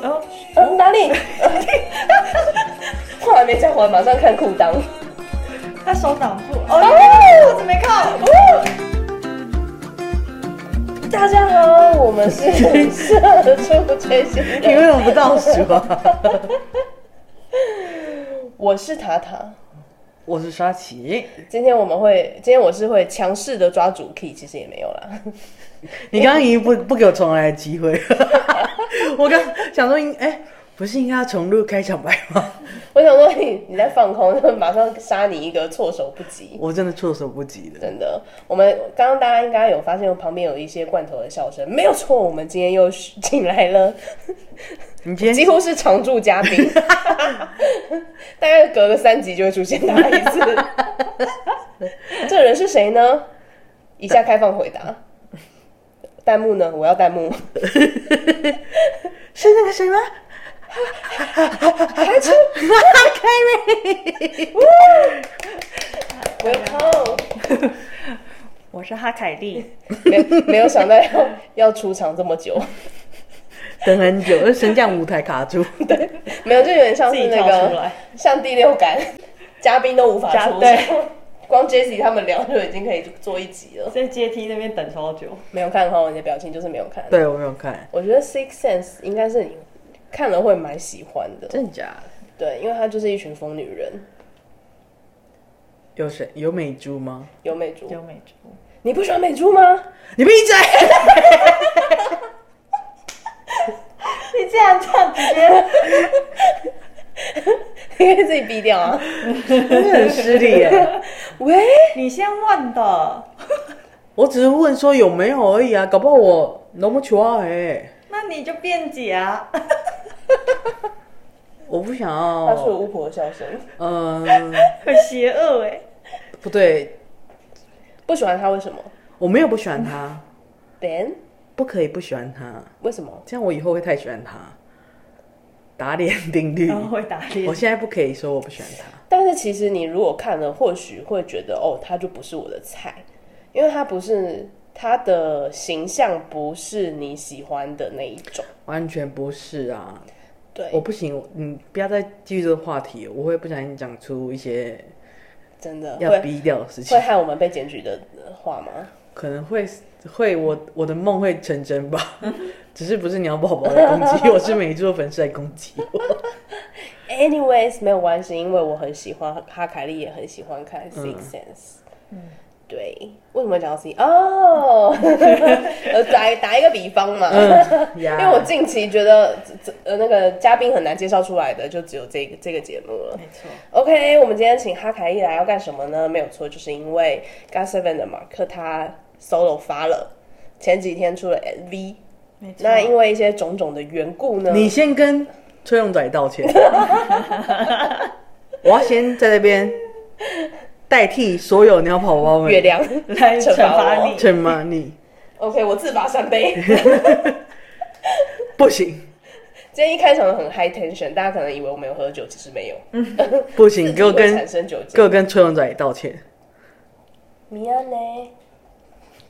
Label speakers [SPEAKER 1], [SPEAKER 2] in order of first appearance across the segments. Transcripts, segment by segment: [SPEAKER 1] 然后嗯哪里？ 后来没再还，马上看裤裆。
[SPEAKER 2] 他手挡住，哦，裤子没扣。
[SPEAKER 1] 哦大家好，我们是 社畜追星
[SPEAKER 3] 你为什么不倒数啊？
[SPEAKER 1] 我是塔塔。
[SPEAKER 3] 我是沙琪，
[SPEAKER 1] 今天我们会，今天我是会强势的抓主 key，其实也没有啦。
[SPEAKER 3] 你刚刚已经不不给我重来的机会， 我刚想说应，哎、不是应该要重录开场白吗？
[SPEAKER 1] 我想说你你在放空，马上杀你一个措手不及。
[SPEAKER 3] 我真的措手不及的。
[SPEAKER 1] 真的，我们刚刚大家应该有发现，旁边有一些罐头的笑声，没有错，我们今天又请来了，
[SPEAKER 3] 你
[SPEAKER 1] 几
[SPEAKER 3] 今天
[SPEAKER 1] 乎是常驻嘉宾， 大概隔个三集就会出现他一次。这人是谁呢？以下开放回答。弹幕呢？我要弹幕。
[SPEAKER 3] 是那个谁吗？
[SPEAKER 1] 开出 Welcome。
[SPEAKER 2] 我是哈凯丽，
[SPEAKER 1] 没没有想到要要出场这么久，
[SPEAKER 3] 等很久，升降舞台卡住。
[SPEAKER 1] 没有就有点像
[SPEAKER 2] 自
[SPEAKER 1] 是
[SPEAKER 2] 己
[SPEAKER 1] 那
[SPEAKER 2] 跳出
[SPEAKER 1] 个
[SPEAKER 2] 来。
[SPEAKER 1] 像第六感，嘉宾都无法
[SPEAKER 2] 嘉
[SPEAKER 1] 出
[SPEAKER 2] 对
[SPEAKER 1] 场。光 Jesse 他们聊就已经可以做一集了。
[SPEAKER 2] 在阶梯那边等超久，
[SPEAKER 1] 没有看哈，你的表情就是没有看。
[SPEAKER 3] 对，我没有看，
[SPEAKER 1] 我觉得 Six Sense 应该是你看了会蛮喜欢的，
[SPEAKER 3] 真假的？
[SPEAKER 1] 对，因为她就是一群疯女人，
[SPEAKER 3] 有谁有美珠吗？
[SPEAKER 1] 有美珠。
[SPEAKER 2] 有美珠。
[SPEAKER 1] 你不喜欢美珠吗？
[SPEAKER 3] 你闭嘴！
[SPEAKER 2] 你竟然这样直接，
[SPEAKER 1] 你可以自己逼掉 啊。
[SPEAKER 3] 真的很失礼 耶。
[SPEAKER 1] 喂，
[SPEAKER 2] 你先问的，
[SPEAKER 3] 我只是问说有没有而已啊，搞不好我弄不出来哎。
[SPEAKER 2] 那你就辩解 啊。
[SPEAKER 3] 我不想
[SPEAKER 2] 哦
[SPEAKER 1] 那是
[SPEAKER 3] 要，
[SPEAKER 1] 巫婆的笑声。
[SPEAKER 3] 嗯、
[SPEAKER 2] 很邪恶哎。
[SPEAKER 3] 不对，
[SPEAKER 1] 不喜欢她为什么
[SPEAKER 3] 我没有不喜欢他，
[SPEAKER 1] ？Ben
[SPEAKER 3] 不可以不喜欢他。
[SPEAKER 1] 为什么？
[SPEAKER 3] 这样我以后会太喜欢他。打脸定律，
[SPEAKER 2] 然后会打
[SPEAKER 3] 我
[SPEAKER 2] 脸。
[SPEAKER 3] 现在不可以说我不喜欢他。
[SPEAKER 1] 但是其实你如果看了，或许会觉得哦，她就不是我的菜，因为她不是她的形象不是你喜欢的那一种。
[SPEAKER 3] 完全不是啊，我
[SPEAKER 1] 对，
[SPEAKER 3] 不行，你不要再继续这个话题，我会不小心讲出一些
[SPEAKER 1] 真的
[SPEAKER 3] 要
[SPEAKER 1] 会
[SPEAKER 3] 逼掉的事情
[SPEAKER 1] 会，害我们被检举的呃话吗？
[SPEAKER 3] 可能会会我我的梦会成真吧，只是不是鸟宝宝来攻击我，是美珠的粉丝来攻击我。
[SPEAKER 1] Anyways，没有关系，因为我很喜欢哈凯利，也很喜欢看 Six Sense。对，为什么讲到 C？哦， 呃，打打一个比方嘛，因为我
[SPEAKER 3] 呀，
[SPEAKER 1] 近期觉得这呃那个嘉宾很难介绍出来的，就只有这个这个节目了。
[SPEAKER 2] 没错，
[SPEAKER 1] OK，我们今天请哈凯伊来要干什么呢？没有错，就是因为 g a s e v e n 的马克他 solo 发了，前几天出了 MV，
[SPEAKER 2] 没错。
[SPEAKER 1] 那因为一些种种的缘故呢，
[SPEAKER 3] 啊你先跟崔永仔 道歉，我要先在这边代替所有鸟宝宝们
[SPEAKER 1] 月 亮
[SPEAKER 2] 来惩罚你，
[SPEAKER 3] 惩罚你，
[SPEAKER 1] OK，我自罚三杯。
[SPEAKER 3] 不行。
[SPEAKER 1] 今天一开场很 high tension，大家可能以为我没有喝酒，其实没有。
[SPEAKER 3] 不
[SPEAKER 1] 自
[SPEAKER 3] 行，
[SPEAKER 1] 己
[SPEAKER 3] 给我
[SPEAKER 1] 会
[SPEAKER 3] 跟
[SPEAKER 1] 产生酒
[SPEAKER 3] 给
[SPEAKER 1] 精。
[SPEAKER 3] 我跟崔永仔道歉，
[SPEAKER 1] 米安呢？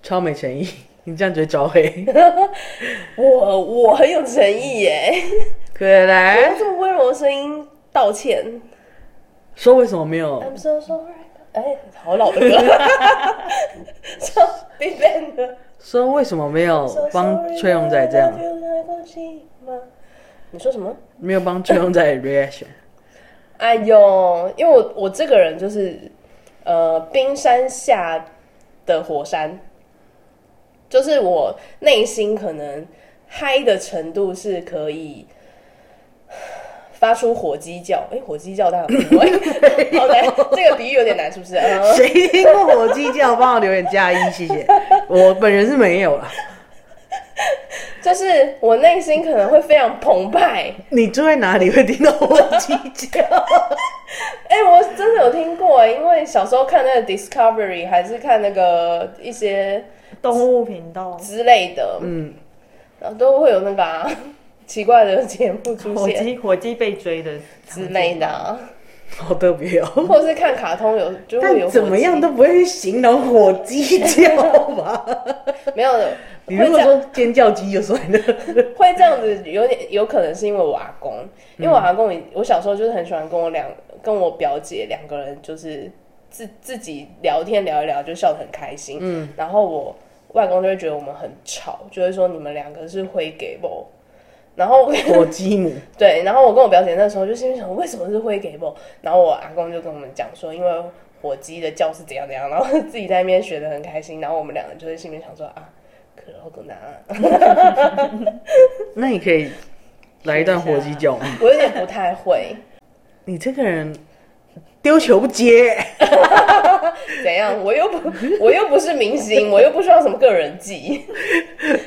[SPEAKER 3] 超没诚意，你这样直接招黑。
[SPEAKER 1] 我我很有诚意耶，
[SPEAKER 3] 可来
[SPEAKER 1] 用这么温柔的声音道歉。
[SPEAKER 3] 说为什么没有？
[SPEAKER 1] I'm so sorry。哎，好老的 歌，唱 Big Bang 的。
[SPEAKER 3] 说为什么没有
[SPEAKER 1] So
[SPEAKER 3] 帮
[SPEAKER 1] sorry
[SPEAKER 3] 崔永仔这样
[SPEAKER 1] I love？you like a chima 你说什么？
[SPEAKER 3] 没有帮崔永仔 reaction？
[SPEAKER 1] 哎呦，因为我我这个人就是呃冰山下的火山，就是我内心可能嗨的程度是可以发出火鸡叫，哎、火鸡叫大家有 听过？OK，这个比喻有点难，是不是？呃
[SPEAKER 3] 谁听过火鸡叫？帮我留言加一，谢谢。我本人是没有啦，
[SPEAKER 1] 就是我内心可能会非常澎湃，
[SPEAKER 3] 你住在哪里会听到火鸡叫？
[SPEAKER 1] 哎、我真的有听过、因为小时候看那个 Discovery，还是看那个一些
[SPEAKER 2] 动物频道，
[SPEAKER 1] 之类的，
[SPEAKER 3] 嗯，
[SPEAKER 1] 然后都会有那个、 啊、奇怪的节目出
[SPEAKER 2] 火
[SPEAKER 1] 现
[SPEAKER 2] 鸡火鸡被追的
[SPEAKER 1] 之类的、啊。
[SPEAKER 3] 好特别哦。
[SPEAKER 1] 或者是看卡通有 就会有
[SPEAKER 3] 但怎么样
[SPEAKER 1] 火
[SPEAKER 3] 都不会去形容火鸡叫吧？
[SPEAKER 1] 鸡没有的。
[SPEAKER 3] 你如
[SPEAKER 1] 会这
[SPEAKER 3] 果
[SPEAKER 1] 样
[SPEAKER 3] 说尖叫鸡就算了，
[SPEAKER 1] 会这样子，有点有可能是因为我阿公，因为我阿公以，我小时候就是很喜欢跟我两跟我表姐两个人就是自自己聊天聊一聊，就笑得很开心。嗯，然后我外公就会觉得我们很吵，就会说你们两个是会给我。然后 我
[SPEAKER 3] 火鸡母。
[SPEAKER 1] 对，然后我跟我表姐那时候就心里想，为什么是灰给我？然后我阿公就跟我们讲说，因为火鸡的叫是怎样怎样，然后自己在那边学的很开心，然后我们两个就在心里面想说啊，可乐够难啊，
[SPEAKER 3] 那你可以来一段火鸡叫吗？
[SPEAKER 1] 我有点不太会，
[SPEAKER 3] 你这个人丢球不接，
[SPEAKER 1] 怎样？我又不，我又不是明星，我又不需要什么个人技，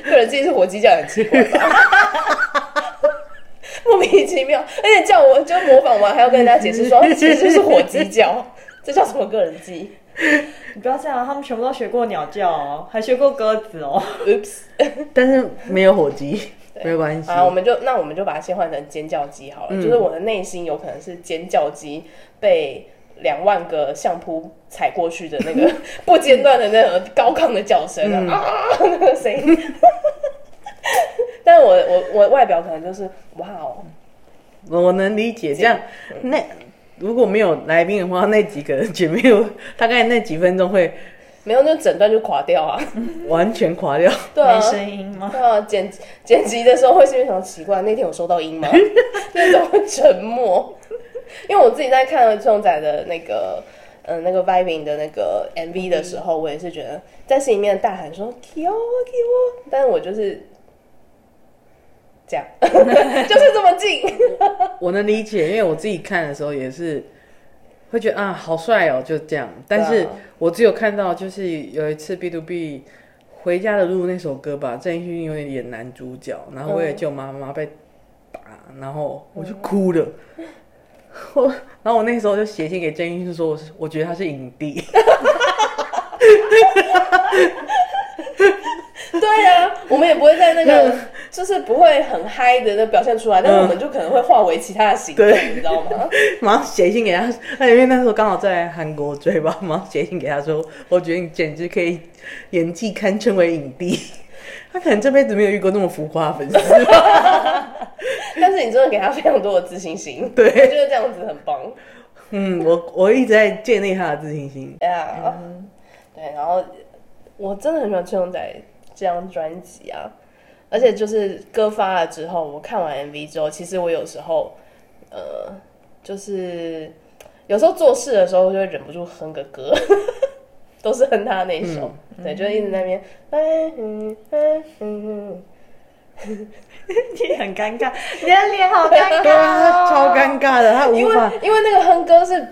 [SPEAKER 1] 个人技是火鸡叫很奇怪吧？ 莫名其妙，而且叫我就模仿完还要跟人家解释说，其实是火鸡叫，这叫什么个人技
[SPEAKER 2] 你不要这样，啊他们全部都学过鸟叫哦，还学过鸽子哦。
[SPEAKER 1] ？Oops。
[SPEAKER 3] 但是没有火鸡，没关系。
[SPEAKER 1] 啊，我们就那我们就把它切换成尖叫鸡好了。就是我的内心有可能是尖叫鸡被两万个相扑踩过去的那个 不间断的那种高亢的叫声啊，啊 那个声音。但我我我外表可能就是哇哦，
[SPEAKER 3] 我能理解，这样那如果没有来宾的话，那几个姐妹有大概那几分钟会
[SPEAKER 1] 没有那整段就垮掉啊，
[SPEAKER 3] 完全垮掉。
[SPEAKER 1] 对啊
[SPEAKER 2] 没。声音 吗？
[SPEAKER 1] 对啊，剪剪辑的时候会心里想奇怪，那天有收到音吗？那种沉默，因为我自己在看宋仔的那个。嗯，那个 vibing 的那个 MV 的时候，我也是觉得在心里面大喊说 “kill kill”，但是我就是这样， 就是这么近。
[SPEAKER 3] 我能理解，因为我自己看的时候也是会觉得啊，好帅哦，就这样。但是我只有看到就是有一次 B to B 回家的路那首歌吧，郑钧有点演男主角，然后为了救妈妈被打，然后我就哭了。 我然后我那时候就写信给郑钧说，我是我觉得他是影帝。
[SPEAKER 1] 对啊，我们也不会在那个就是不会很嗨的那表现出来，但是我们就可能会化为其他的行动，
[SPEAKER 3] 对
[SPEAKER 1] 你知道吗？
[SPEAKER 3] 马上写信给他，那因为那时候刚好在韩国追吧，马上写信给他说，我觉得你简直可以演技堪称为影帝。 他可能这辈子没有遇过那么浮夸的粉丝，
[SPEAKER 1] 但是你真的给他非常多的自信心，
[SPEAKER 3] 对
[SPEAKER 1] 我觉得这样子很棒。
[SPEAKER 3] 嗯，我我一直在建立他的自信心。
[SPEAKER 1] 对啊，对，然后我真的很喜欢崔永仔这张专辑啊，而且就是歌发了之后，我看完 MV 之后，其实我有时候呃，就是有时候做事的时候就会忍不住哼个歌。 都是哼他那首，对，就一直在那边，嗯嗯嗯
[SPEAKER 2] 你很尴尬，你的脸好尴尬、哦，
[SPEAKER 3] 对啊，他 超尴尬的，他
[SPEAKER 1] 嗯，因
[SPEAKER 3] 无
[SPEAKER 1] 为
[SPEAKER 3] 法，
[SPEAKER 1] 因为那个哼歌是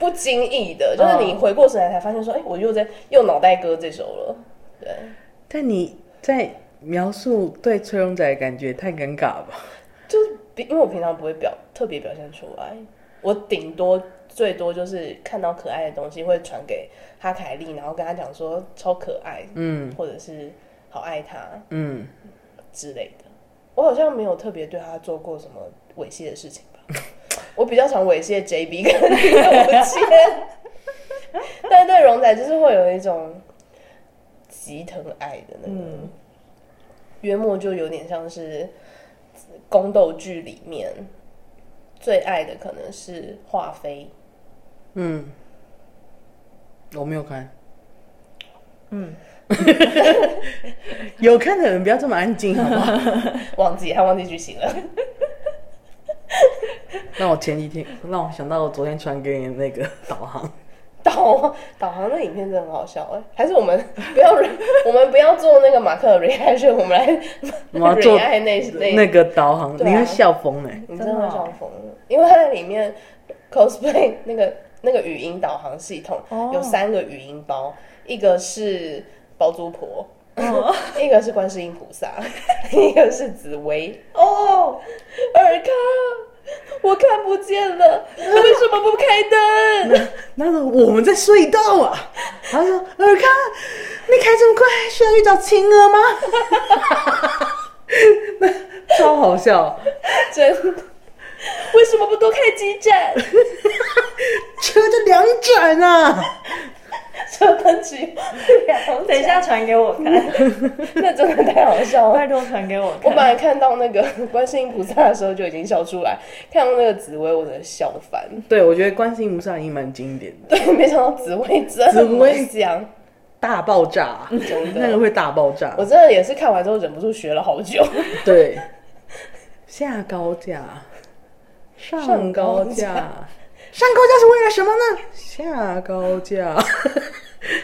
[SPEAKER 1] 不经意的，就是你回过神来才发现说，哎、我又在用脑袋歌这首了，对，
[SPEAKER 3] 但你在描述对崔荣仔的感觉太尴尬了吧？
[SPEAKER 1] 就是比因为我平常不会表特别表现出来，我顶多最多就是看到可爱的东西会传给哈凯利，然后跟他讲说超可爱，
[SPEAKER 3] 嗯
[SPEAKER 1] 或者是好爱他
[SPEAKER 3] 嗯，
[SPEAKER 1] 之类的。我好像没有特别对他做过什么猥亵的事情吧，我比较常猥亵 JB 跟刘谦， 但对荣仔就是会有一种极疼爱的那个。
[SPEAKER 2] 嗯，
[SPEAKER 1] 约莫就有点像是宫斗剧里面最爱的可能是华妃，
[SPEAKER 3] 嗯，我没有看。
[SPEAKER 2] 嗯，
[SPEAKER 3] 有看的人不要这么安静，好不好？
[SPEAKER 1] 忘记他忘记剧情了。
[SPEAKER 3] 让我前几天让我想到我昨天传给你的那个导航，
[SPEAKER 1] 导导航那影片真的很好笑哎、还是我们不要我们不要做那个马克的 reaction，我们来
[SPEAKER 3] 我 要做
[SPEAKER 1] react 那那
[SPEAKER 3] 那个导航，
[SPEAKER 1] 对啊
[SPEAKER 3] 你会笑疯哎、
[SPEAKER 1] 你真的哦会笑疯了，因为他在里面 cosplay 那个那个语音导航系统、
[SPEAKER 2] 哦
[SPEAKER 1] 有三个语音包，一个是包租婆，
[SPEAKER 2] 哦
[SPEAKER 1] 一个是观世音菩萨， 一个是紫薇。
[SPEAKER 2] 哦，
[SPEAKER 1] 尔康，我看不见了，为什么不开灯？
[SPEAKER 3] 那个我们在隧道啊，他说尔康，你开这么快需要去找晴儿吗？ 那超好笑，
[SPEAKER 1] 真，为什么不多开几盏？
[SPEAKER 3] 车的两盏啊！
[SPEAKER 1] 车灯只有 两盏，
[SPEAKER 2] 等一下，传给我看，
[SPEAKER 1] 那真的太好笑 了。
[SPEAKER 2] 拜托传给我
[SPEAKER 1] 我
[SPEAKER 2] 看。
[SPEAKER 1] 本来看到那个 观世音菩萨的时候就已经笑出来，看到那个紫薇我真的笑翻。
[SPEAKER 3] 对，我觉得观世音菩萨已经蛮经典的，
[SPEAKER 1] 对，没想到紫薇真
[SPEAKER 3] 紫薇
[SPEAKER 1] 香，
[SPEAKER 3] 大爆炸，
[SPEAKER 1] 真
[SPEAKER 3] 那个
[SPEAKER 1] 的。
[SPEAKER 3] 会大爆炸
[SPEAKER 1] 我。真的也是看完之后忍不住学了好久，
[SPEAKER 3] 对，下高架，上
[SPEAKER 1] 上
[SPEAKER 3] 高
[SPEAKER 1] 高
[SPEAKER 3] 架
[SPEAKER 1] 架，
[SPEAKER 3] 上高架是为了什么呢？下高架，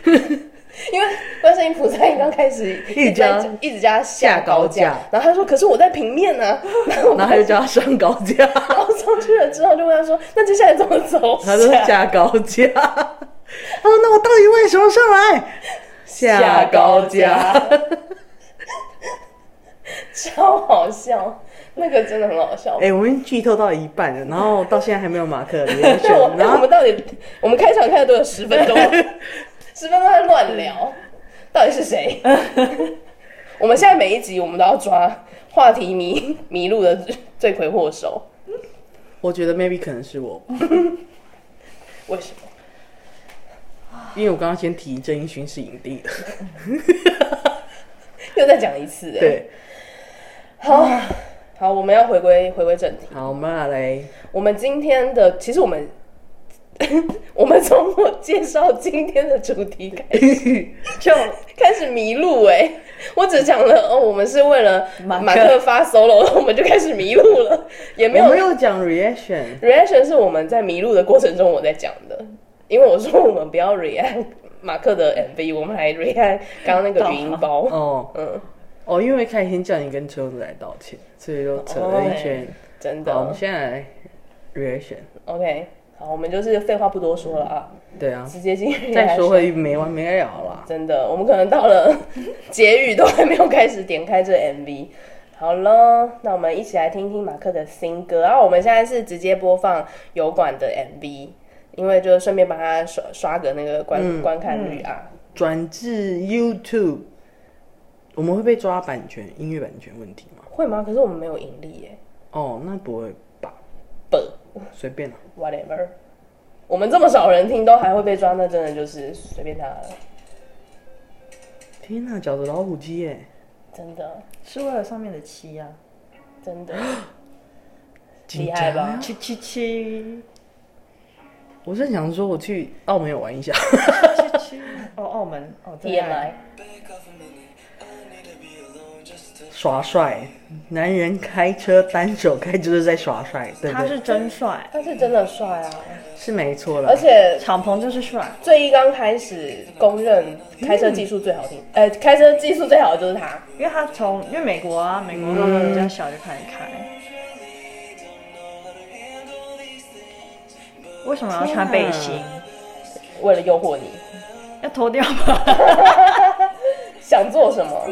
[SPEAKER 1] 因为观世音菩萨刚开始
[SPEAKER 3] 一直
[SPEAKER 1] 直在
[SPEAKER 3] 加
[SPEAKER 1] 一直加
[SPEAKER 3] 下
[SPEAKER 1] 下
[SPEAKER 3] 高
[SPEAKER 1] 高
[SPEAKER 3] 架
[SPEAKER 1] 架，然后他说：“可是我在平面 呢、然后我
[SPEAKER 3] 然后他就叫他上高架，
[SPEAKER 1] 然后上去了之后就问他说：“那接下来怎么走下？”
[SPEAKER 3] 他说下高架，他说那我到底为什么上来？下高架，，
[SPEAKER 1] 超好笑，那个真的很好笑。
[SPEAKER 3] 哎、我们剧透到一半了，然后到现在还没有马克的
[SPEAKER 1] 那我
[SPEAKER 3] reaction，然
[SPEAKER 1] 那我
[SPEAKER 3] 后
[SPEAKER 1] 们到底，我们开场看的都有十分 钟，十分钟在乱聊，到底是谁？ 我们现在每一集我们都要抓话题迷迷路的罪魁祸首，
[SPEAKER 3] 我觉得 maybe 可能是我，
[SPEAKER 1] 为什么？
[SPEAKER 3] 因为我刚刚先提郑义勋是影帝了，
[SPEAKER 1] 又再讲一次、哎，
[SPEAKER 3] 对，
[SPEAKER 1] 好。好，我们要回归回归正题。
[SPEAKER 3] 好，我们要来
[SPEAKER 1] 我们今天的，其实我们 我们从我介绍今天的主题开始，就开始迷路哎、我只讲了哦，我们是为了
[SPEAKER 2] 马克
[SPEAKER 1] 马克发 solo，我们就开始迷路了，也没有
[SPEAKER 3] 我没有讲 reaction，
[SPEAKER 1] reaction 是我们在迷路的过程中我在讲的，因为我说我们不要 react 马克的 MV，我们还 react 刚刚那 个语音包，
[SPEAKER 3] 哦
[SPEAKER 1] 嗯，
[SPEAKER 3] 哦，因为开心叫你跟车子来道歉，所以就扯
[SPEAKER 1] 哦
[SPEAKER 3] 了一圈。
[SPEAKER 1] 真
[SPEAKER 3] 好，我们
[SPEAKER 1] 的
[SPEAKER 3] 现在来 reaction，
[SPEAKER 1] ，OK，好，我们就是废话不多说了啊，
[SPEAKER 3] 对啊，
[SPEAKER 1] 直接进
[SPEAKER 3] 再
[SPEAKER 1] reaction
[SPEAKER 3] 说会没完没了啦。
[SPEAKER 1] 真的，我们可能到了 结语都还没有开始点开这 MV。好了，那我们一起来听听马克的新歌。然、后我们现在是直接播放油管的 MV，因为就是顺便帮他刷刷个那个观、观看率啊。
[SPEAKER 3] 转至 YouTube，我们会被抓版权、音乐版权问题吗？
[SPEAKER 1] 会吗？可是我们没有盈利耶。
[SPEAKER 3] 哦，那不会吧，
[SPEAKER 1] But
[SPEAKER 3] 随便啦。
[SPEAKER 1] whatever，我们这么少人听都还会被抓，那真的就是随便他了。
[SPEAKER 3] 天哪，饺子老虎机耶！
[SPEAKER 1] 真的，
[SPEAKER 2] 是为了上面的七啊，
[SPEAKER 1] 真的，
[SPEAKER 3] 紧
[SPEAKER 1] 厉
[SPEAKER 3] 张啊
[SPEAKER 1] 害吧
[SPEAKER 2] 七七七
[SPEAKER 3] 我是想说，我去澳门有玩一下。
[SPEAKER 2] 七七。哦，澳门哦，
[SPEAKER 1] t m i
[SPEAKER 3] 耍帅，男人开车单手开就是在耍帅，对不
[SPEAKER 2] 他
[SPEAKER 3] 对？
[SPEAKER 2] 是真帅，
[SPEAKER 1] 但是真的帅啊，
[SPEAKER 3] 是没错了
[SPEAKER 1] 而。且
[SPEAKER 2] 敞篷就是帅。
[SPEAKER 1] 最一刚开始公认开车技术最好听，呃，开车技术最好的就是他。
[SPEAKER 2] 因为他从因为美国啊，美国他们比较小就开始开。为什么要穿背心
[SPEAKER 3] 天？
[SPEAKER 1] 为了诱惑你，
[SPEAKER 2] 要脱掉吗？
[SPEAKER 1] 想做什么？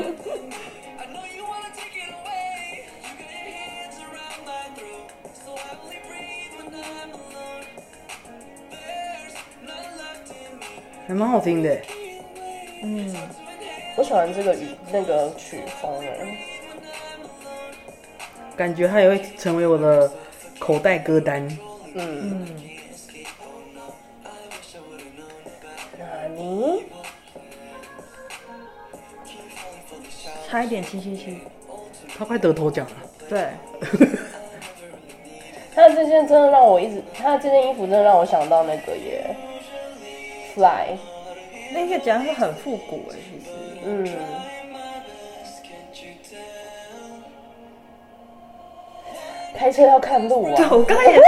[SPEAKER 3] 还蛮好听的。
[SPEAKER 1] 我喜欢这个语那个曲风哎，
[SPEAKER 3] 感觉它也会成为我的口袋歌单。
[SPEAKER 1] 嗯。纳尼？
[SPEAKER 2] 差一点七七七。
[SPEAKER 3] 他快得头奖了，
[SPEAKER 2] 对，
[SPEAKER 1] 他的这件真的让我一直，他的这件衣服真的让我想到那个耶，Fly，
[SPEAKER 2] 那个讲是很复古哎、其实。
[SPEAKER 1] 嗯，开车要看路
[SPEAKER 2] 对，
[SPEAKER 1] 啊，
[SPEAKER 2] 我刚刚也是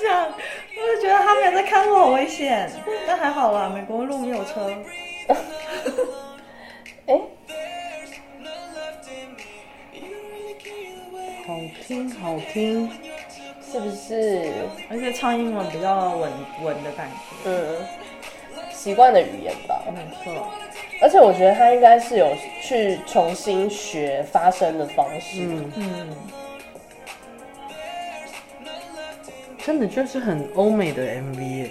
[SPEAKER 2] 这样想，我就觉得他们在看路很危险，但还好啦，美国路没有车。
[SPEAKER 1] 哎、
[SPEAKER 3] 好听好听。
[SPEAKER 1] 是不是？
[SPEAKER 2] 而且唱英文比较稳稳的感觉，
[SPEAKER 1] 嗯，习惯的语言吧。
[SPEAKER 2] 没错，
[SPEAKER 1] 而且我觉得他应该是有去重新学发声的方式。
[SPEAKER 3] 嗯，
[SPEAKER 2] 嗯，
[SPEAKER 3] 真的就是很欧美的 MV 耶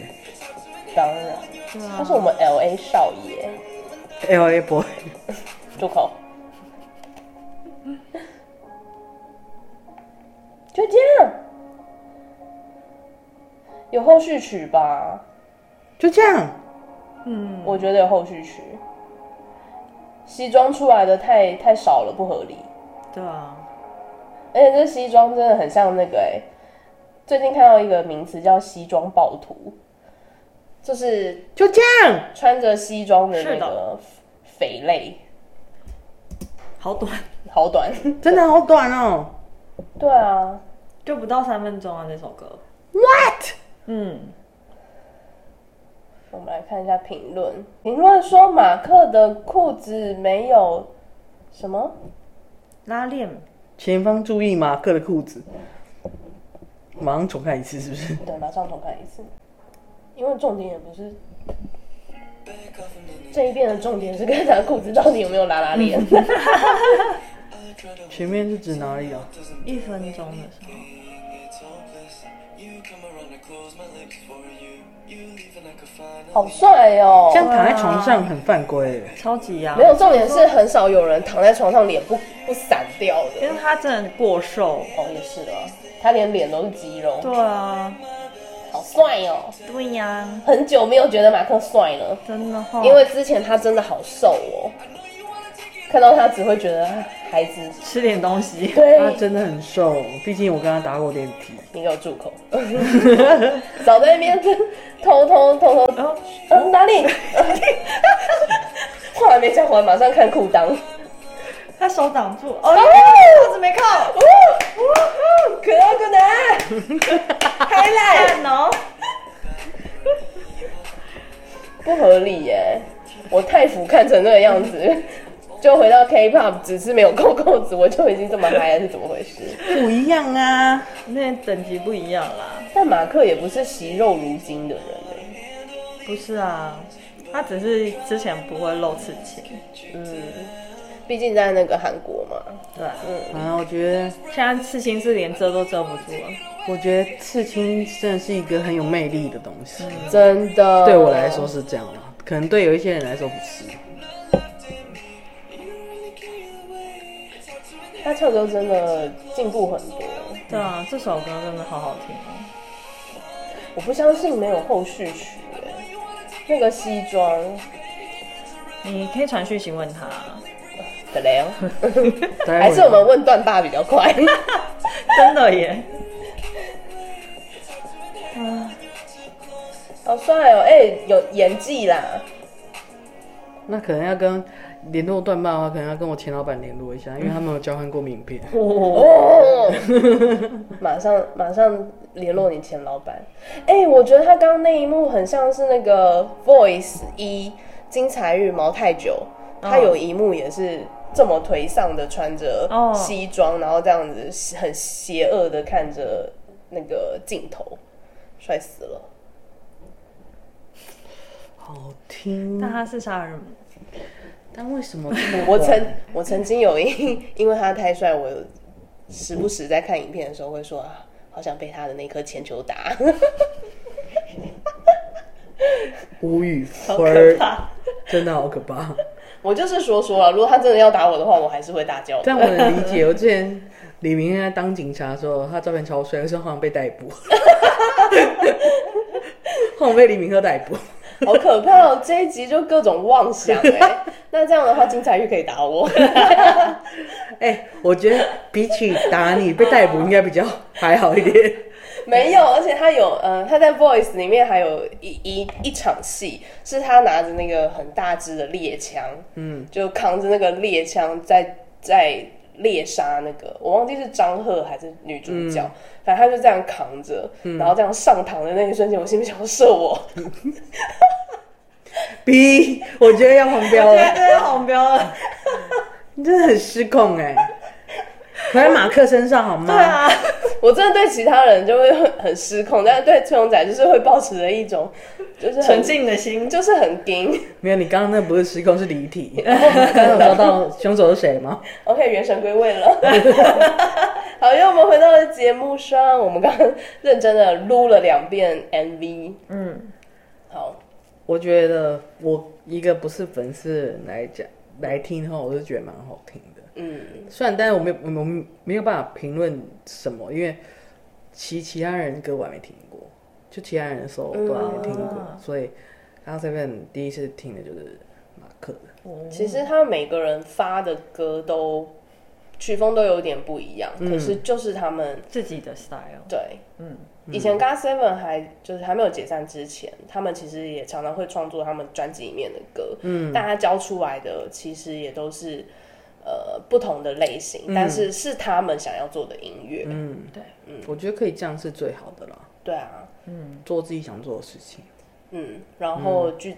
[SPEAKER 1] 当然，
[SPEAKER 2] 对啊
[SPEAKER 1] 他是我们 L A 少爷，
[SPEAKER 3] l a Boy。
[SPEAKER 1] 住口。就这样，有后续曲吧？
[SPEAKER 3] 就这样，
[SPEAKER 2] 嗯，
[SPEAKER 1] 我觉得有后续区。西装出来的太太少了，不合理。
[SPEAKER 2] 对啊，
[SPEAKER 1] 而且这西装真的很像那个哎、最近看到一个名词叫“西装暴徒”，就是
[SPEAKER 3] 就这样，
[SPEAKER 1] 穿着西装的那
[SPEAKER 2] 是
[SPEAKER 1] 个匪类，
[SPEAKER 2] 好短，
[SPEAKER 1] 好短。
[SPEAKER 3] 真的好短哦。
[SPEAKER 1] 对啊，
[SPEAKER 2] 就不到三分钟啊，那首歌。What？嗯，
[SPEAKER 1] 我们来看一下评论。评论说马克的裤子没有什么，
[SPEAKER 2] 拉链
[SPEAKER 3] 前方注意马克的裤子，马上重看一次是不是？
[SPEAKER 1] 对，马上重看一次，因为重点也不是。这一遍的重点是看他裤子到底有没有拉拉链。
[SPEAKER 3] 前面是指哪里啊？
[SPEAKER 2] 一分钟的时候，Oh,
[SPEAKER 1] 好帅哦！
[SPEAKER 3] 这样躺在床上很犯规耶。
[SPEAKER 2] 超级啊，
[SPEAKER 1] 没有，重点是很少有人躺在床上脸不不散掉的
[SPEAKER 2] 因。为他真的过瘦。
[SPEAKER 1] 哦，也是啊，他连脸都是肌肉，
[SPEAKER 2] 对啊，
[SPEAKER 1] 好帅哦！
[SPEAKER 2] 对呀、
[SPEAKER 1] 很久没有觉得马克帅了，
[SPEAKER 2] 真的哈、
[SPEAKER 1] 因为之前他真的好瘦哦，看到他只会觉得啊孩子，
[SPEAKER 2] 吃点东西，
[SPEAKER 1] 对，
[SPEAKER 3] 他真的很瘦，毕竟我跟他打过电梯。
[SPEAKER 1] 你给我住口！早在那边偷偷偷偷，
[SPEAKER 2] 哦，
[SPEAKER 1] 嗯，哪里？话还没讲完，马上看裤裆。
[SPEAKER 2] 他手挡住，哦，裤子没扣，
[SPEAKER 1] 可爱可爱，
[SPEAKER 2] 还来 哦，
[SPEAKER 1] 不合理耶！我太腐看成那个样子，就回到 K-pop，只是没有扣扣子，我就已经这么嗨了，是怎么回事？
[SPEAKER 3] 不一样啊，
[SPEAKER 2] 那等级不一样啦。
[SPEAKER 1] 但马克也不是惜肉如金的人耶
[SPEAKER 2] 不是啊，他只是之前不会露刺青，
[SPEAKER 1] 毕竟在那个韩国嘛，
[SPEAKER 2] 对、啊，
[SPEAKER 1] 嗯
[SPEAKER 3] 啊，我觉得，
[SPEAKER 2] 现在刺青是连遮都遮不住了。
[SPEAKER 3] 我觉得刺青真的是一个很有魅力的东西。
[SPEAKER 1] 真的
[SPEAKER 3] 对我来说是这样啦，可能对有一些人来说不是。
[SPEAKER 1] 他唱歌真的进步很多。
[SPEAKER 2] 对啊，这首歌真的好好听哦。
[SPEAKER 1] 我不相信没有后续曲耶。那个西装
[SPEAKER 2] 你可以传讯息问他，啊
[SPEAKER 1] 怎么 样？
[SPEAKER 3] 待会儿
[SPEAKER 1] 还是我们问段爸比较快？
[SPEAKER 2] 真的耶。
[SPEAKER 1] 好帅哦！哎、有演技啦。
[SPEAKER 3] 那可能要跟联络断爸的话，可能要跟我前老板联络一下，因为他们有交换过名片。
[SPEAKER 2] 哦，
[SPEAKER 1] 哦， 马上马上联络你前老板。哎、我觉得他刚刚那一幕很像是那个《Voice E 一》金财玉毛太久，
[SPEAKER 2] 嗯
[SPEAKER 1] 他有一幕也是这么颓丧的穿着
[SPEAKER 2] 哦
[SPEAKER 1] 西装，然后这样子很邪恶的看着那个镜头，帅死了。
[SPEAKER 3] 好听
[SPEAKER 2] 那，他是杀人魔，
[SPEAKER 3] 但为什么这么
[SPEAKER 1] 我曾我曾经有一， 因为他太帅，我有时不时在看影片的时候会说啊，好想被他的那颗铅球打。
[SPEAKER 3] 吴宇
[SPEAKER 2] 好可
[SPEAKER 3] 芬
[SPEAKER 2] 怕。
[SPEAKER 3] 真的好可怕。
[SPEAKER 1] 我就是说说啊了，如果他真的要打我的话，我还是会大叫的。
[SPEAKER 3] 但我能理解，我之前李明在当警察的时候，他照片超帅，可是好像被逮捕， 好像被李明赫逮 捕。
[SPEAKER 1] 好可怕哦！这一集就各种妄想哎、那这样的话，金彩玉可以打我。
[SPEAKER 3] 哎、我觉得比起打你被逮捕，应该比较还好一点。
[SPEAKER 1] 没有，而且他有呃，他在 Voice 里面还有一一一场戏，是他拿着那个很大只的猎枪，嗯，就扛着那个猎枪在在猎杀那个，我忘记是张赫还是女主角，反正他就这样扛着，然后这样上膛的那一瞬间，我心里想要射我，
[SPEAKER 3] B，我觉得要黄标
[SPEAKER 2] 对，
[SPEAKER 3] 了，
[SPEAKER 2] 这是红标了。
[SPEAKER 3] 你真的很失控哎、回在马克身上好吗？
[SPEAKER 2] 对啊，
[SPEAKER 1] 我真的对其他人就会很很失控，但是对崔永仔就是会保持着一种就是很
[SPEAKER 2] 纯净的心，
[SPEAKER 1] 就是很硬。
[SPEAKER 3] 没有，你刚刚那不是失控，是离 题。刚刚有抓到凶手是谁吗？
[SPEAKER 1] OK，元神归位了。 好，因为我们回到了节目上，我们刚刚认真的撸了两遍 MV。
[SPEAKER 2] 嗯，
[SPEAKER 1] 好，
[SPEAKER 3] 我觉得我一个不是粉丝的人来讲来听的话，我是觉得蛮好听的。
[SPEAKER 1] 嗯，
[SPEAKER 3] 虽然，但是我没有我们没有办法评论什么，因为其其他人歌我还没听过。就其他人的手段也听过，
[SPEAKER 2] 嗯
[SPEAKER 3] 所以然后这边第一次听的就是马克的，
[SPEAKER 2] 哦
[SPEAKER 1] 其实他每个人发的歌都曲风都有点不一样，可是就是他们
[SPEAKER 2] 自己的 style，
[SPEAKER 1] 对，
[SPEAKER 2] 嗯，
[SPEAKER 1] 以前 g a Seven 还就是还没有解散之前，他们其实也常常会创作他们专辑里面的歌，嗯，大家教出来的其实也都是呃不同的类型，但是是他们想要做的音乐，
[SPEAKER 3] 嗯，
[SPEAKER 2] 对，
[SPEAKER 3] 我觉得可以这样是最好的啦，
[SPEAKER 1] 对啊，
[SPEAKER 3] 做自己想做的事情。
[SPEAKER 1] 嗯，然后聚、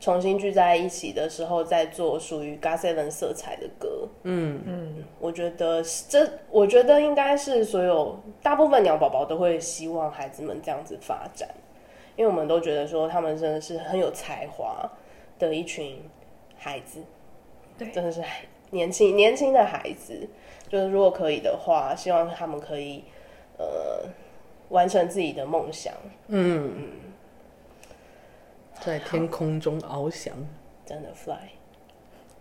[SPEAKER 1] 重新聚在一起的时候，再做属于 g a Seven 色彩的歌，
[SPEAKER 3] 嗯，
[SPEAKER 1] 我觉得是这，我觉得应该是所有大部分鸟宝宝都会希望孩子们这样子发展，因为我们都觉得说他们真的是很有才华的一群孩子，
[SPEAKER 2] 对
[SPEAKER 1] 真的是孩年轻年轻的孩子，就是如果可以的话，希望他们可以呃完成自己的梦想，
[SPEAKER 3] 在天空中翱翔
[SPEAKER 1] 真的 fly。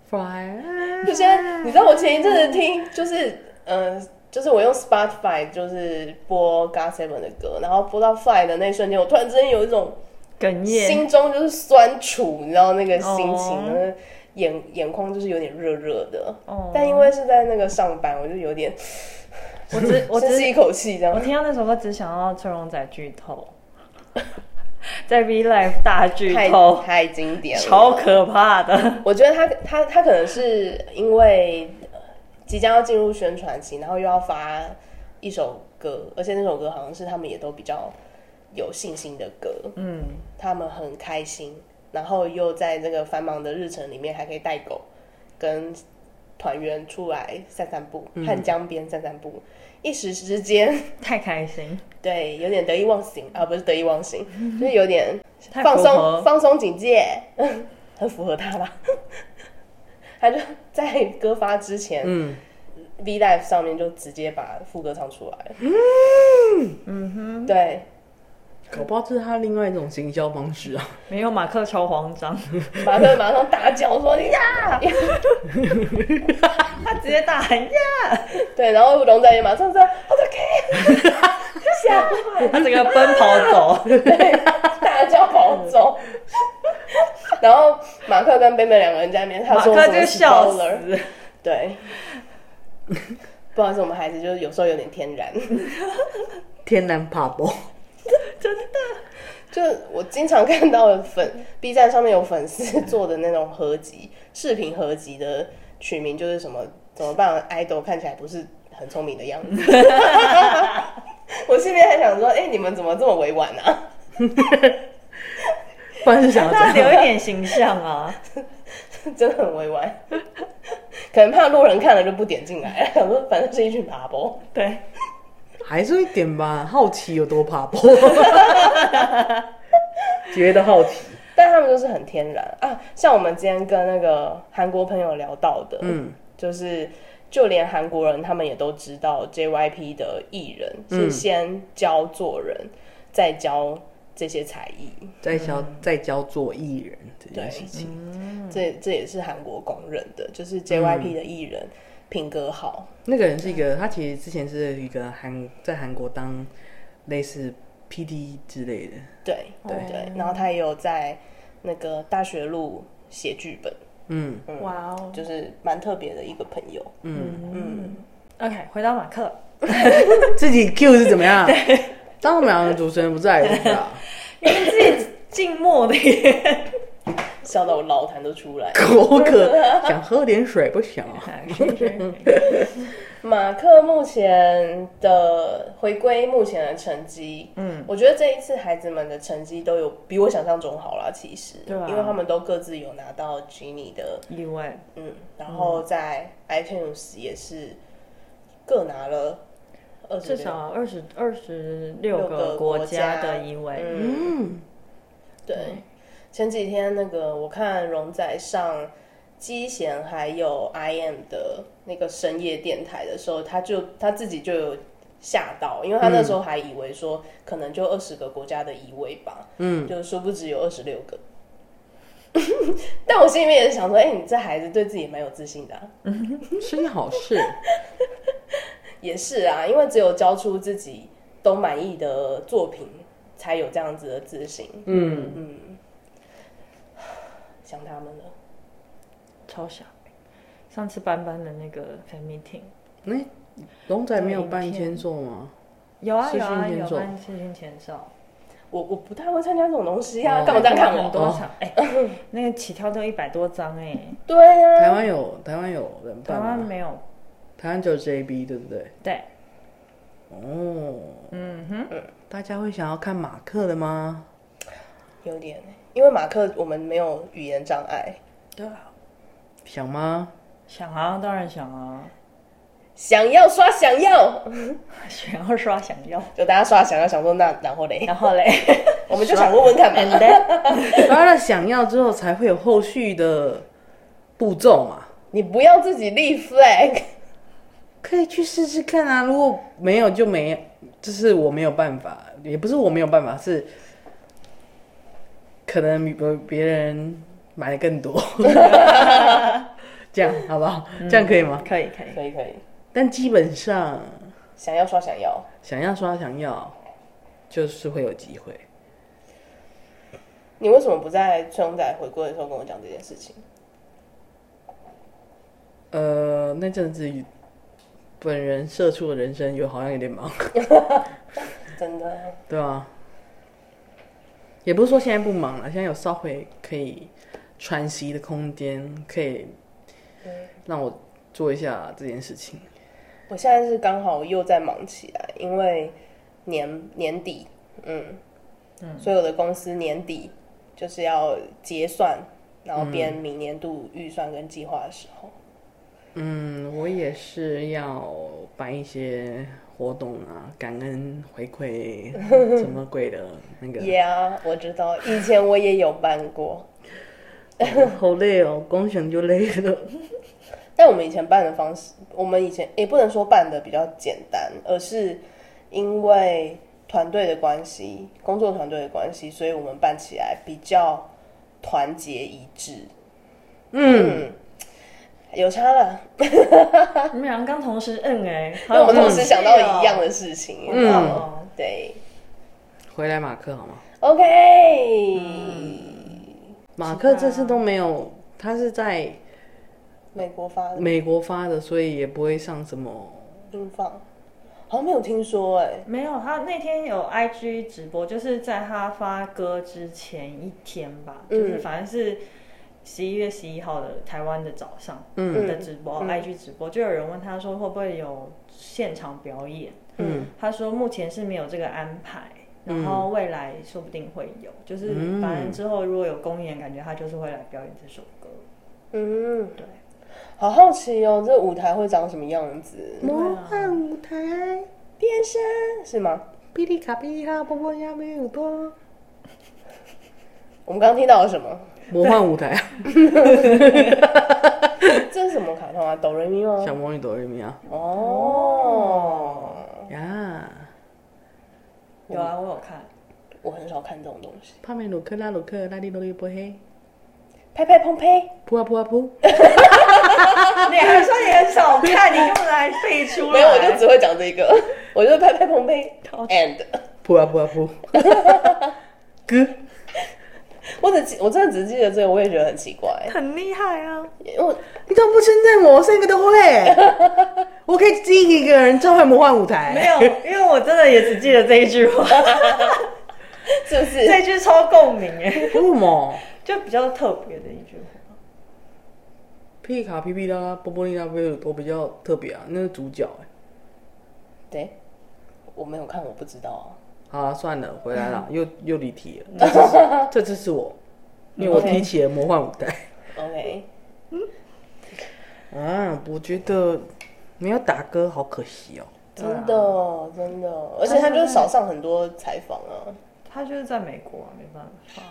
[SPEAKER 3] ，fly，
[SPEAKER 1] 就现在，你知道我前一阵子听，就是嗯、呃就是我用 Spotify 就是播 g o t Seven 的歌，然后播到 Fly 的那一瞬间，我突然之间有一种
[SPEAKER 2] 哽咽，
[SPEAKER 1] 心中就是酸楚，你知道那个心情，
[SPEAKER 2] 哦
[SPEAKER 1] 那个眼眼眶就是有点热热的。
[SPEAKER 2] 哦
[SPEAKER 1] 但因为是在那个上班，我就有点
[SPEAKER 2] 我只 我
[SPEAKER 1] 深
[SPEAKER 2] 只
[SPEAKER 1] 吸一口气这
[SPEAKER 2] 我
[SPEAKER 1] 样。
[SPEAKER 2] 听到那首歌，只想到崔荣仔剧透， 在 V Live 大剧
[SPEAKER 1] 太
[SPEAKER 2] 透，
[SPEAKER 1] 太经典了，
[SPEAKER 2] 超可怕的。
[SPEAKER 1] 我觉得他他他可能是因为呃即将要进入宣传期，然后又要发一首歌，而且那首歌好像是他们也都比较有信心的歌，
[SPEAKER 2] 嗯，
[SPEAKER 1] 他们很开心，然后又在这个繁忙的日程里面还可以带狗跟团员出来散散步，汉江边散散步，一时之间
[SPEAKER 2] 太开心，
[SPEAKER 1] 对有点得意忘形啊，不是得意忘形， 就是有点
[SPEAKER 2] 太
[SPEAKER 1] 放
[SPEAKER 2] 符
[SPEAKER 1] 松
[SPEAKER 2] 合
[SPEAKER 1] 放松警戒， 很符合他啦。 他就在歌发之前、
[SPEAKER 3] 嗯，
[SPEAKER 1] v Live 上面就直接把副歌唱出来了。嗯哼，对，
[SPEAKER 3] 搞不好这是他另外一种行销方式啊。
[SPEAKER 2] 没有马克超慌张，
[SPEAKER 1] 马克马上大叫说呀，
[SPEAKER 2] 他直接大喊呀，
[SPEAKER 1] 对，然后龙仔也马上说 OK，谢 谢，
[SPEAKER 2] 他整个奔跑 走，
[SPEAKER 1] 对，大叫跑走。 然后马克跟贝贝两个人在那边，他
[SPEAKER 2] 马
[SPEAKER 1] 说
[SPEAKER 2] 克
[SPEAKER 1] 什么
[SPEAKER 2] 就笑
[SPEAKER 1] spoiler
[SPEAKER 2] 死。
[SPEAKER 1] 对， 不好意思，我们孩子就是有时候有点天然。
[SPEAKER 3] 天然 pub，
[SPEAKER 1] 就我经常看到有粉 B 站上面有粉丝做的那种合集视频合集的取名就是什么怎么办？idol 看起来不是很聪明的样子。我心里还想说，哎、你们怎么这么委婉啊？
[SPEAKER 3] 不然是想
[SPEAKER 2] 他
[SPEAKER 3] 要这
[SPEAKER 2] 留
[SPEAKER 3] 样。
[SPEAKER 2] 一点形象啊，
[SPEAKER 1] 真的很委婉， 可能怕路人看了就不点进来了。想说反正是一群爬包，
[SPEAKER 2] 对，
[SPEAKER 3] 还是一点吧，好奇有多 pub，觉得好奇。
[SPEAKER 1] 但他们就是很天然啊。像我们今天跟那个韩国朋友聊到的，
[SPEAKER 3] 嗯，
[SPEAKER 1] 就是就连韩国人他们也都知道 JYP 的艺人是先教做人，再教这些才艺，
[SPEAKER 3] 在教在教做艺人这件事情，
[SPEAKER 2] 嗯
[SPEAKER 1] 这这也是韩国公认的，就是 JYP 的艺人、品格好，
[SPEAKER 3] 那个人是一个，他其实之前是一个韩在韩国当类似 PD 之类的，
[SPEAKER 1] 对对对，然后他也有在那个大学路写剧本，
[SPEAKER 3] 嗯，
[SPEAKER 2] 哇哦
[SPEAKER 1] 就是蛮特别的一个朋友，
[SPEAKER 2] 嗯，OK，回到马克，
[SPEAKER 3] 自己 Q 是怎么 样？当我们两个主持人不在我不知道，
[SPEAKER 2] 你们自己静默的耶，
[SPEAKER 1] 笑到我老痰都出来。
[SPEAKER 3] 口渴，想喝点水，不想。
[SPEAKER 1] 马克目前的回归目前的成绩，嗯，我觉得这一次孩子们的成绩都有比我想象中好啦，其实，
[SPEAKER 2] 对啊
[SPEAKER 1] 因为他们都各自有拿到 Genie 的，
[SPEAKER 2] 意外，
[SPEAKER 1] 嗯，然后在 iTunes 也是各拿了二十
[SPEAKER 2] 至少二十二十六个国家的意外，
[SPEAKER 1] 嗯，
[SPEAKER 3] 嗯，
[SPEAKER 1] 对。前几天那个我看荣仔上机贤还有 I M 的那个深夜电台的时候，他就他自己就有吓到，因为他那时候还以为说可能就二十个国家的移位吧，嗯，就殊不知有二十六个。 但我心里面也是想说，哎、你这孩子对自己蛮有自信的啊、
[SPEAKER 3] 是件好事。
[SPEAKER 1] 也是啊，因为只有交出自己都满意的作品，才有这样子的自信。
[SPEAKER 3] 嗯，
[SPEAKER 1] 想他们了，
[SPEAKER 2] 超想。上次班班的那个 fan meeting，
[SPEAKER 3] 那、龙仔没有办签售 吗？
[SPEAKER 2] 有啊
[SPEAKER 3] 视
[SPEAKER 2] 有
[SPEAKER 3] 讯
[SPEAKER 2] 啊
[SPEAKER 3] 前
[SPEAKER 2] 有
[SPEAKER 3] 奏
[SPEAKER 2] 办视讯前哨，
[SPEAKER 1] 我我不太会参加这种东西啊，
[SPEAKER 3] 哦
[SPEAKER 1] 干嘛这样看
[SPEAKER 2] 很
[SPEAKER 1] 我？
[SPEAKER 2] 多场，哎、那个起跳都一百多张哎、
[SPEAKER 1] 对啊，
[SPEAKER 3] 台湾有台湾有人
[SPEAKER 2] 台
[SPEAKER 3] 办
[SPEAKER 2] 湾
[SPEAKER 3] 吗？
[SPEAKER 2] 没有，
[SPEAKER 3] 台湾只有 JB 对不对？
[SPEAKER 2] 对，
[SPEAKER 3] 哦，
[SPEAKER 2] 嗯哼，
[SPEAKER 3] 大家会想要看马克的吗？
[SPEAKER 1] 有点，因为马克我们没有语言障碍，
[SPEAKER 2] 对啊，
[SPEAKER 3] 想吗？
[SPEAKER 2] 想啊，当然想啊，
[SPEAKER 1] 想要刷想要，
[SPEAKER 2] 想要刷想要，
[SPEAKER 1] 就大家刷想要，想说那然后嘞，
[SPEAKER 2] 然后嘞
[SPEAKER 1] 我们就想问问看
[SPEAKER 2] ，and
[SPEAKER 1] 嘛。
[SPEAKER 2] then
[SPEAKER 3] 刷了想要之后，才会有后续的步骤嘛。
[SPEAKER 1] 你不要自己立 flag，
[SPEAKER 3] 可以去试试看啊。如果没有就没，就是我没有办法，也不是我没有办法，是可能别别人买的更多， 这样好不好？这样可以吗？
[SPEAKER 2] 嗯可以可以，
[SPEAKER 1] 可以可以，
[SPEAKER 3] 但基本上
[SPEAKER 1] 想要刷想要，
[SPEAKER 3] 想要刷想要，就是会有机会。
[SPEAKER 1] 你为什么不在春红仔回归的时候跟我讲这件事情？
[SPEAKER 3] 呃，那阵子本人社畜的人生有好像有点忙，
[SPEAKER 1] 真的，
[SPEAKER 3] 对啊，也不是说现在不忙了，现在有稍微可以喘息的空间，可以让我做一下这件事情。
[SPEAKER 1] 我现在是刚好又在忙起来，因为年年底，嗯，所有的公司年底就是要结算，然后编明年度预算跟计划的时候，
[SPEAKER 3] 嗯，我也是要办一些活动啊，感恩回馈什么鬼的 那个，
[SPEAKER 1] 也啊，我知道，以前我也有办过，
[SPEAKER 3] 好累哦，光想就累了。
[SPEAKER 1] 但我们以前办的方式，我们以前也不能说办的比较简单，而是因为团队的关系，工作团队的关系，所以我们办起来比较团结一致，
[SPEAKER 3] 嗯，
[SPEAKER 1] 有差了。
[SPEAKER 2] 你们俩刚同时摁哎、欸，
[SPEAKER 1] 因为我们同时
[SPEAKER 2] 嗯
[SPEAKER 1] 想到一样的事情，
[SPEAKER 2] 嗯
[SPEAKER 1] 嗯，对
[SPEAKER 3] 回来马克好吗？
[SPEAKER 1] ，OK，、
[SPEAKER 2] 嗯
[SPEAKER 3] 马克这次都没有，他是在
[SPEAKER 1] 美国发的
[SPEAKER 3] 美国发的，所以也不会上什么。
[SPEAKER 1] 英放，好像没有听说哎、
[SPEAKER 2] 没有，他那天有 IG 直播，就是在他发歌之前一天吧，
[SPEAKER 1] 嗯
[SPEAKER 2] 就是反正是十一月十一号的台湾的早上的直播、
[SPEAKER 1] 嗯
[SPEAKER 2] i g 直播就有人问他说会不会有现场表演，嗯，他说目前是没有这个安排。然后未来说不定会有，就是
[SPEAKER 3] 嗯
[SPEAKER 2] 反正之后如果有公演，感觉他就是会来表演这首歌。
[SPEAKER 1] 嗯，
[SPEAKER 2] 对，
[SPEAKER 1] 好好奇哦，这舞台会长什么样子？
[SPEAKER 3] 魔幻舞台，
[SPEAKER 1] 变身是吗？
[SPEAKER 3] 哔哩卡哔哩哈，波波鸭没有多。
[SPEAKER 1] 我们刚刚听到了什 么？
[SPEAKER 3] 魔幻舞台，啊
[SPEAKER 1] 这是什么卡通啊？哆瑞咪吗？
[SPEAKER 3] 小魔女哆瑞咪啊
[SPEAKER 1] 哦，
[SPEAKER 3] 呀！
[SPEAKER 2] 有
[SPEAKER 1] 嗯
[SPEAKER 2] 啊，我有看。
[SPEAKER 1] 我很少看这种东西。
[SPEAKER 3] 帕梅鲁克拉鲁克拉利罗利波黑，
[SPEAKER 1] 拍拍碰呸，
[SPEAKER 3] 扑啊扑啊扑！
[SPEAKER 2] 你还说你很少看，你根本还背出来。
[SPEAKER 1] 没有，我 就只会讲这 个，我就拍拍碰呸
[SPEAKER 2] 好
[SPEAKER 1] and。
[SPEAKER 3] 扑啊扑啊扑！哥，
[SPEAKER 1] 我只记我真的只记得这个，我也觉得很奇怪，
[SPEAKER 2] 很厉害啊！
[SPEAKER 1] 因为我
[SPEAKER 3] 你怎么不称赞我？我三个都会，我可以自己一个人召唤魔幻舞台。
[SPEAKER 2] 没有，因为我真的也只记得这一句话，
[SPEAKER 1] 是不是？
[SPEAKER 2] 这一句超共鸣 哎，
[SPEAKER 3] 为什么？
[SPEAKER 2] 就比较特别的一句话。
[SPEAKER 3] 皮卡皮皮拉拉波波利拉贝鲁多比较特别啊，那是主角哎。
[SPEAKER 1] 对，我没有看，我不知道啊。
[SPEAKER 3] 好啊，算了，回来了，又又离题了。这次是这次是 我，因为我
[SPEAKER 1] OK
[SPEAKER 3] 提起了魔幻舞台。
[SPEAKER 1] OK，
[SPEAKER 3] 啊，我觉得没有打歌好可惜哦。
[SPEAKER 2] 对啊
[SPEAKER 1] 真的真的，而且他就是少上很多采访啊，
[SPEAKER 2] 他就是在美国啊，没办法。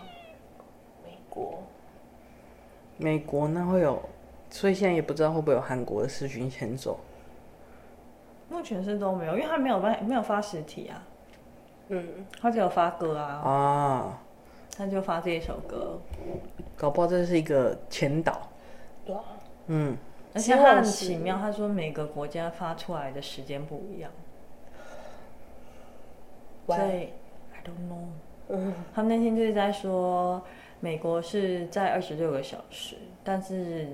[SPEAKER 1] 美国
[SPEAKER 3] 美国那会有，所以现在也不知道会不会有韩国的视讯先走。
[SPEAKER 2] 目前是都没有，因为他没有发没有发实体啊，
[SPEAKER 1] 嗯，
[SPEAKER 2] 他只有发歌啊，
[SPEAKER 3] 啊，
[SPEAKER 2] 他就发这一首歌，
[SPEAKER 3] 搞不好这是一个前导。
[SPEAKER 1] 对啊，
[SPEAKER 3] 嗯，
[SPEAKER 2] 而且他很奇妙，他说每个国家发出来的时间不一样，
[SPEAKER 1] 哇
[SPEAKER 2] 所以 I don't know。他们那天就是在说，美国是在二十六个小时，但是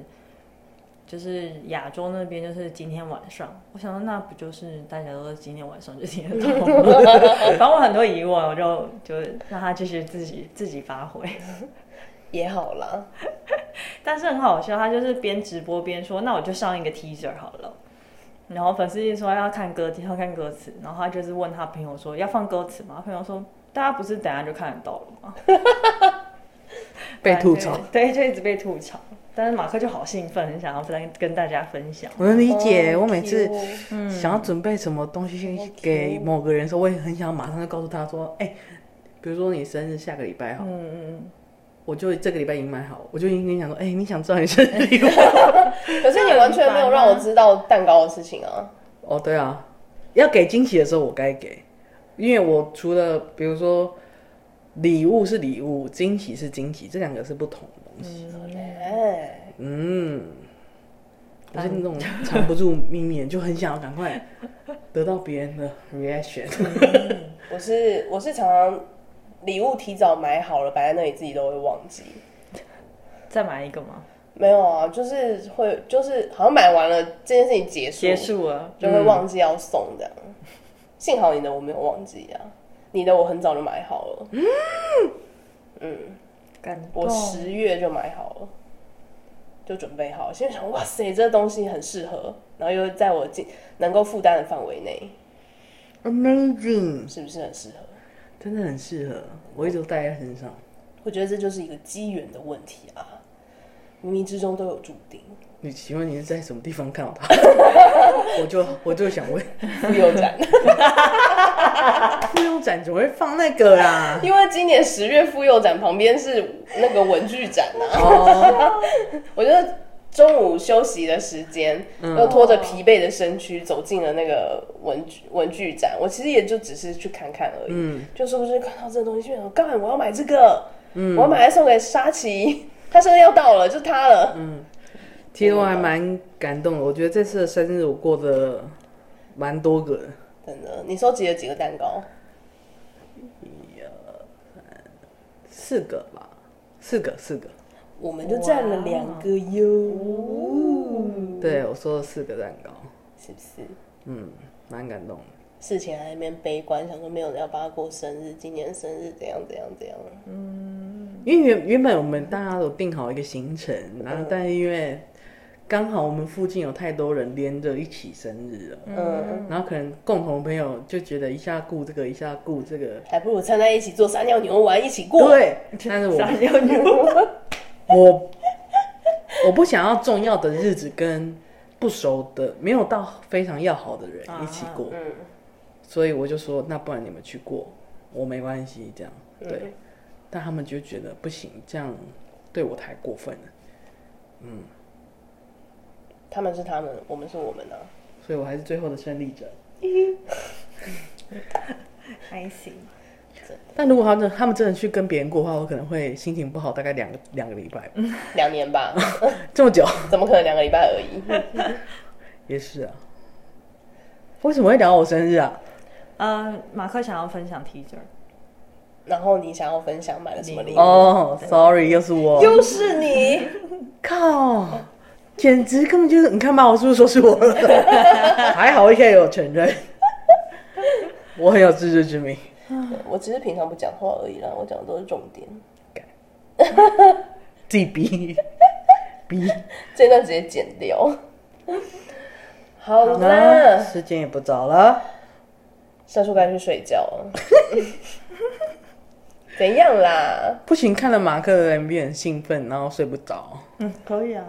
[SPEAKER 2] 就是亚洲那边就是今天晚上。我想说，那不就是大家都是今天晚上就听得到吗？ 反正我很多疑问，我就就让他继续自己自己发挥。
[SPEAKER 1] 也好啦，
[SPEAKER 2] 但是很好笑，他就是边直播边说：“那我就上一个 teaser 好了。”然后粉丝就说要看歌，要看歌词，然后他就是问他朋友说：“要放歌词吗？”他朋友说：“大家不是等下就看得到了吗
[SPEAKER 3] 被吐槽，？”
[SPEAKER 2] 对，就一直被吐槽。但是马克就好兴奋，很想要跟跟大家分享。
[SPEAKER 3] 我能理解。我每次
[SPEAKER 1] 好 Q 哦
[SPEAKER 3] 想要准备什么东西给某个人的时候，我也很想马上就告诉他说：“哎、比如说你生日下个礼拜好，
[SPEAKER 2] 嗯嗯
[SPEAKER 3] 我就这个礼拜已经买好，我就已经跟你讲说，哎、你想知道你生日 礼物？
[SPEAKER 1] 可是你完全没有让我知道蛋糕的事情啊！
[SPEAKER 3] 哦，对啊，要给惊喜的时候我该给，因为我除了比如说礼物是礼物，惊喜是惊喜，这两个是不同的东西。
[SPEAKER 2] 嗯
[SPEAKER 1] 哎，
[SPEAKER 3] 嗯，我是那种藏不住秘密，就很想要赶快得到别人的 reaction。
[SPEAKER 1] 我是我是常常礼物提早买好了，摆在那里自己都会忘记。
[SPEAKER 2] 嗯，再买一个吗？
[SPEAKER 1] 没有啊，就是会就是好像买完了这件事情结束，
[SPEAKER 2] 结束嗯了，
[SPEAKER 1] 就会忘记要送这样。幸好你的我没有忘记啊，你的我很早就买好了，
[SPEAKER 2] 嗯感
[SPEAKER 3] 哦
[SPEAKER 1] 我
[SPEAKER 2] 动
[SPEAKER 1] 十月就买好了，就准备好了。现在想，哇塞，这东西很适合，然后又在我进能够负担的范围内，
[SPEAKER 3] Amazing，
[SPEAKER 1] 是不是很适合？
[SPEAKER 3] 真的很适合，我一直都带在身上。
[SPEAKER 1] 我觉得这就是一个机缘的问题啊，冥冥之中都有注定。
[SPEAKER 3] 你请问你是在什么地方看到它？ 我就我就想问，
[SPEAKER 1] 妇幼展，
[SPEAKER 3] 不用展总会放那个啊啦。
[SPEAKER 1] 因为今年十月妇幼展旁边是那个文具展呐、啊，
[SPEAKER 3] 哦，
[SPEAKER 1] 我觉得。中午休息的时间，
[SPEAKER 3] 嗯
[SPEAKER 1] 又拖着疲惫的身躯走进了那个文具文具展。我其实也就只是去看看而已，
[SPEAKER 3] 嗯
[SPEAKER 1] 就是不是看到这个东西，就想说干，我要买这个，
[SPEAKER 3] 嗯
[SPEAKER 1] 我要买来送给沙琪，他生日要到了，就他了。
[SPEAKER 3] 嗯，其
[SPEAKER 1] 哦
[SPEAKER 3] 实我还蛮感动的。我觉得这次的生日我过得蛮多个的，
[SPEAKER 1] 真的，你收集了几个蛋糕？
[SPEAKER 3] 四个吧，四个四个。
[SPEAKER 1] 我们就占了两个哟，
[SPEAKER 3] 对，我收了四个蛋糕，
[SPEAKER 1] 是不是？
[SPEAKER 3] 嗯，蛮感动的。
[SPEAKER 1] 事情还在那边悲观，想说没有人要帮他过生日，今年生日怎样怎样怎样。
[SPEAKER 3] 因为原原本我们大家都定好一个行程，然
[SPEAKER 1] 嗯
[SPEAKER 3] 后但是因为刚好我们附近有太多人连着一起生日了，
[SPEAKER 1] 嗯，
[SPEAKER 3] 然后可能共同朋友就觉得一下顾这个，一下顾这个，
[SPEAKER 1] 还不如参在一起做撒尿牛丸，一起过。
[SPEAKER 3] 对。但是我
[SPEAKER 2] 撒尿牛，
[SPEAKER 3] 我我不想要重要的日子跟不熟的、没有到非常要好的人一起过，
[SPEAKER 1] 嗯，
[SPEAKER 3] 所以我就说，那不然你们去过，我没关系，这样对。但他们就觉得不行，这样对我太过分了，
[SPEAKER 1] 他们是他们，我们是我们啊。
[SPEAKER 3] 所以我还是最后的胜利者。
[SPEAKER 2] 还行。
[SPEAKER 3] 但如果他们他们真的去跟别人过的话，我可能会心情不好，大概两个两个礼拜吧，
[SPEAKER 1] 两年吧，
[SPEAKER 3] 这么久
[SPEAKER 1] 怎么可能两个礼拜而已？
[SPEAKER 3] 也是啊。为什么会聊我生日啊？
[SPEAKER 2] 嗯，马克想要分享 teaser，
[SPEAKER 1] 然后你想要分享买了什么礼物？
[SPEAKER 3] 哦、s o r r y 又是我。
[SPEAKER 1] 又是你，
[SPEAKER 3] 靠，简直根本就是你看吧，我是不是说是我了？还好我现在有承认，我很有自知之明。
[SPEAKER 1] 我只是平常不讲话而已啦，我讲的都是重点。
[SPEAKER 3] 自己逼逼，
[SPEAKER 1] 这段直接剪 掉。好
[SPEAKER 3] 好了，
[SPEAKER 1] 啦，
[SPEAKER 3] 时间也不早了，
[SPEAKER 1] 下树该去睡觉 了。怎样啦？
[SPEAKER 3] 不行，看了马克的 MV 很兴奋，然后睡不着。
[SPEAKER 2] 嗯，可以啊。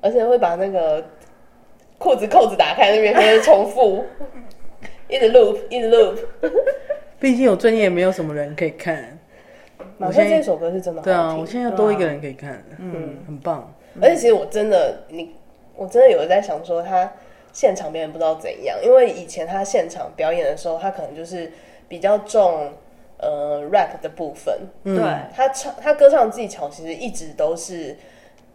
[SPEAKER 1] 而且会把那个裤子扣子打开，那边开始重复， 一直 loop，一直 loop。
[SPEAKER 3] 毕竟我最近也没有什么人可以看，
[SPEAKER 1] 马
[SPEAKER 3] 我
[SPEAKER 1] 克
[SPEAKER 3] 现在
[SPEAKER 1] 这首歌是真的好
[SPEAKER 3] 对啊，
[SPEAKER 1] 听
[SPEAKER 3] 我现在又多一个人可以看，嗯，很棒。
[SPEAKER 1] 而且其实我真的，你我真的有在想说，他现场表演不知道怎样，因为以前他现场表演的时候，他可能就是比较重呃 rap 的部分，
[SPEAKER 3] 嗯
[SPEAKER 2] 对，
[SPEAKER 1] 他唱他歌唱技巧其实一直都是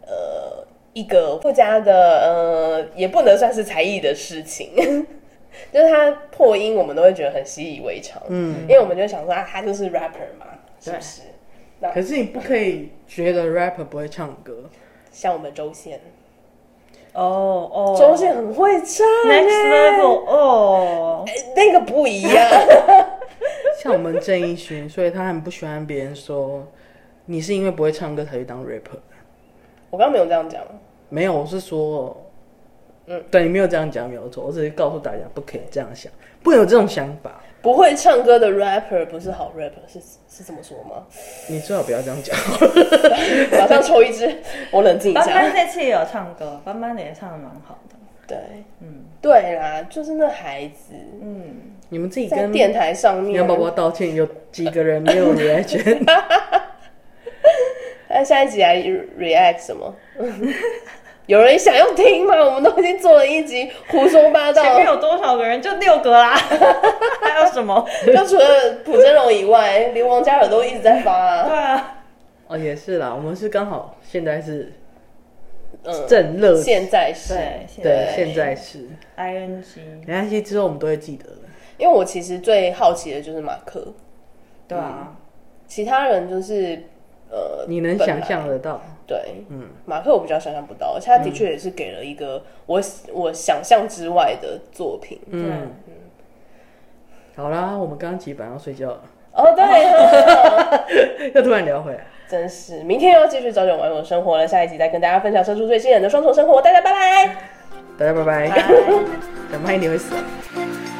[SPEAKER 1] 呃一个附加的呃也不能算是才艺的事情， 就是他破音我们都会觉得很习以为常，嗯，因为我们就想说啊他就是 rapper 嘛，是不是？
[SPEAKER 3] 可是你不可以觉得 rapper 不会唱歌，
[SPEAKER 1] 像我们周宪，
[SPEAKER 2] 哦哦，
[SPEAKER 1] 周宪很会唱
[SPEAKER 2] next
[SPEAKER 1] 欸
[SPEAKER 2] level 哦，
[SPEAKER 1] 哎那个不一样。
[SPEAKER 3] 像我们郑义勋，所以他很不喜欢别人说你是因为不会唱歌才去当 rapper。
[SPEAKER 1] 我刚刚没有这样讲，
[SPEAKER 3] 没有，我是说，嗯，对你没有这样讲没有错，我只是告诉大家不可以这样想，不能有这种想法。
[SPEAKER 1] 不会唱歌的 rapper 不是好 rapper，是是这么说吗？
[SPEAKER 3] 你最好不要这样讲。
[SPEAKER 1] 马上抽一支，我冷静一
[SPEAKER 2] 班
[SPEAKER 1] 下。
[SPEAKER 2] 班这次也有唱歌，班班的也唱的蛮好的，
[SPEAKER 1] 对，
[SPEAKER 2] 嗯
[SPEAKER 1] 对啦，就是那孩子
[SPEAKER 2] 嗯，
[SPEAKER 3] 你们自己
[SPEAKER 1] 在
[SPEAKER 3] 跟
[SPEAKER 1] 电台上面，
[SPEAKER 3] 杨宝宝道歉，有几个人没有 reaction？
[SPEAKER 1] 那下一集来 react 什么？ 有人想要听吗？我们都已经做了一集胡说八道
[SPEAKER 2] 前面，有多少个人？就六个 啦，还有什么？
[SPEAKER 1] 就除了朴真荣以外，连王嘉尔都一直在发、
[SPEAKER 2] 对
[SPEAKER 1] 啊。
[SPEAKER 2] 啊，
[SPEAKER 3] 哦，也是啦，我们是刚好现在是
[SPEAKER 1] 嗯，
[SPEAKER 3] 正热，
[SPEAKER 1] 现在是
[SPEAKER 2] 对现
[SPEAKER 3] 对，
[SPEAKER 2] 在
[SPEAKER 3] 现在是，
[SPEAKER 2] ing，
[SPEAKER 3] 没关系，之后我们都会记得的。
[SPEAKER 1] 因为我其实最好奇的就是马克，
[SPEAKER 2] 对啊，
[SPEAKER 1] 其他人就是呃，
[SPEAKER 3] 你能
[SPEAKER 1] 本来
[SPEAKER 3] 想象得到，
[SPEAKER 1] 对，嗯，马克我比较想象不到，而且他的确也是给了一个我、我想象之外的作品。
[SPEAKER 2] 对
[SPEAKER 3] 嗯。好啦，我们刚刚几版要睡觉了，
[SPEAKER 1] 哦，对啊
[SPEAKER 3] 又突然聊回来，
[SPEAKER 1] 真是，明天又要继续朝九晚五的生活了。下一集再跟大家分享社畜最新人的双重生活，大家拜拜。
[SPEAKER 2] 嗯
[SPEAKER 3] 大家拜拜，
[SPEAKER 2] 拜。
[SPEAKER 3] 讲慢一点会死啊。
[SPEAKER 4] 「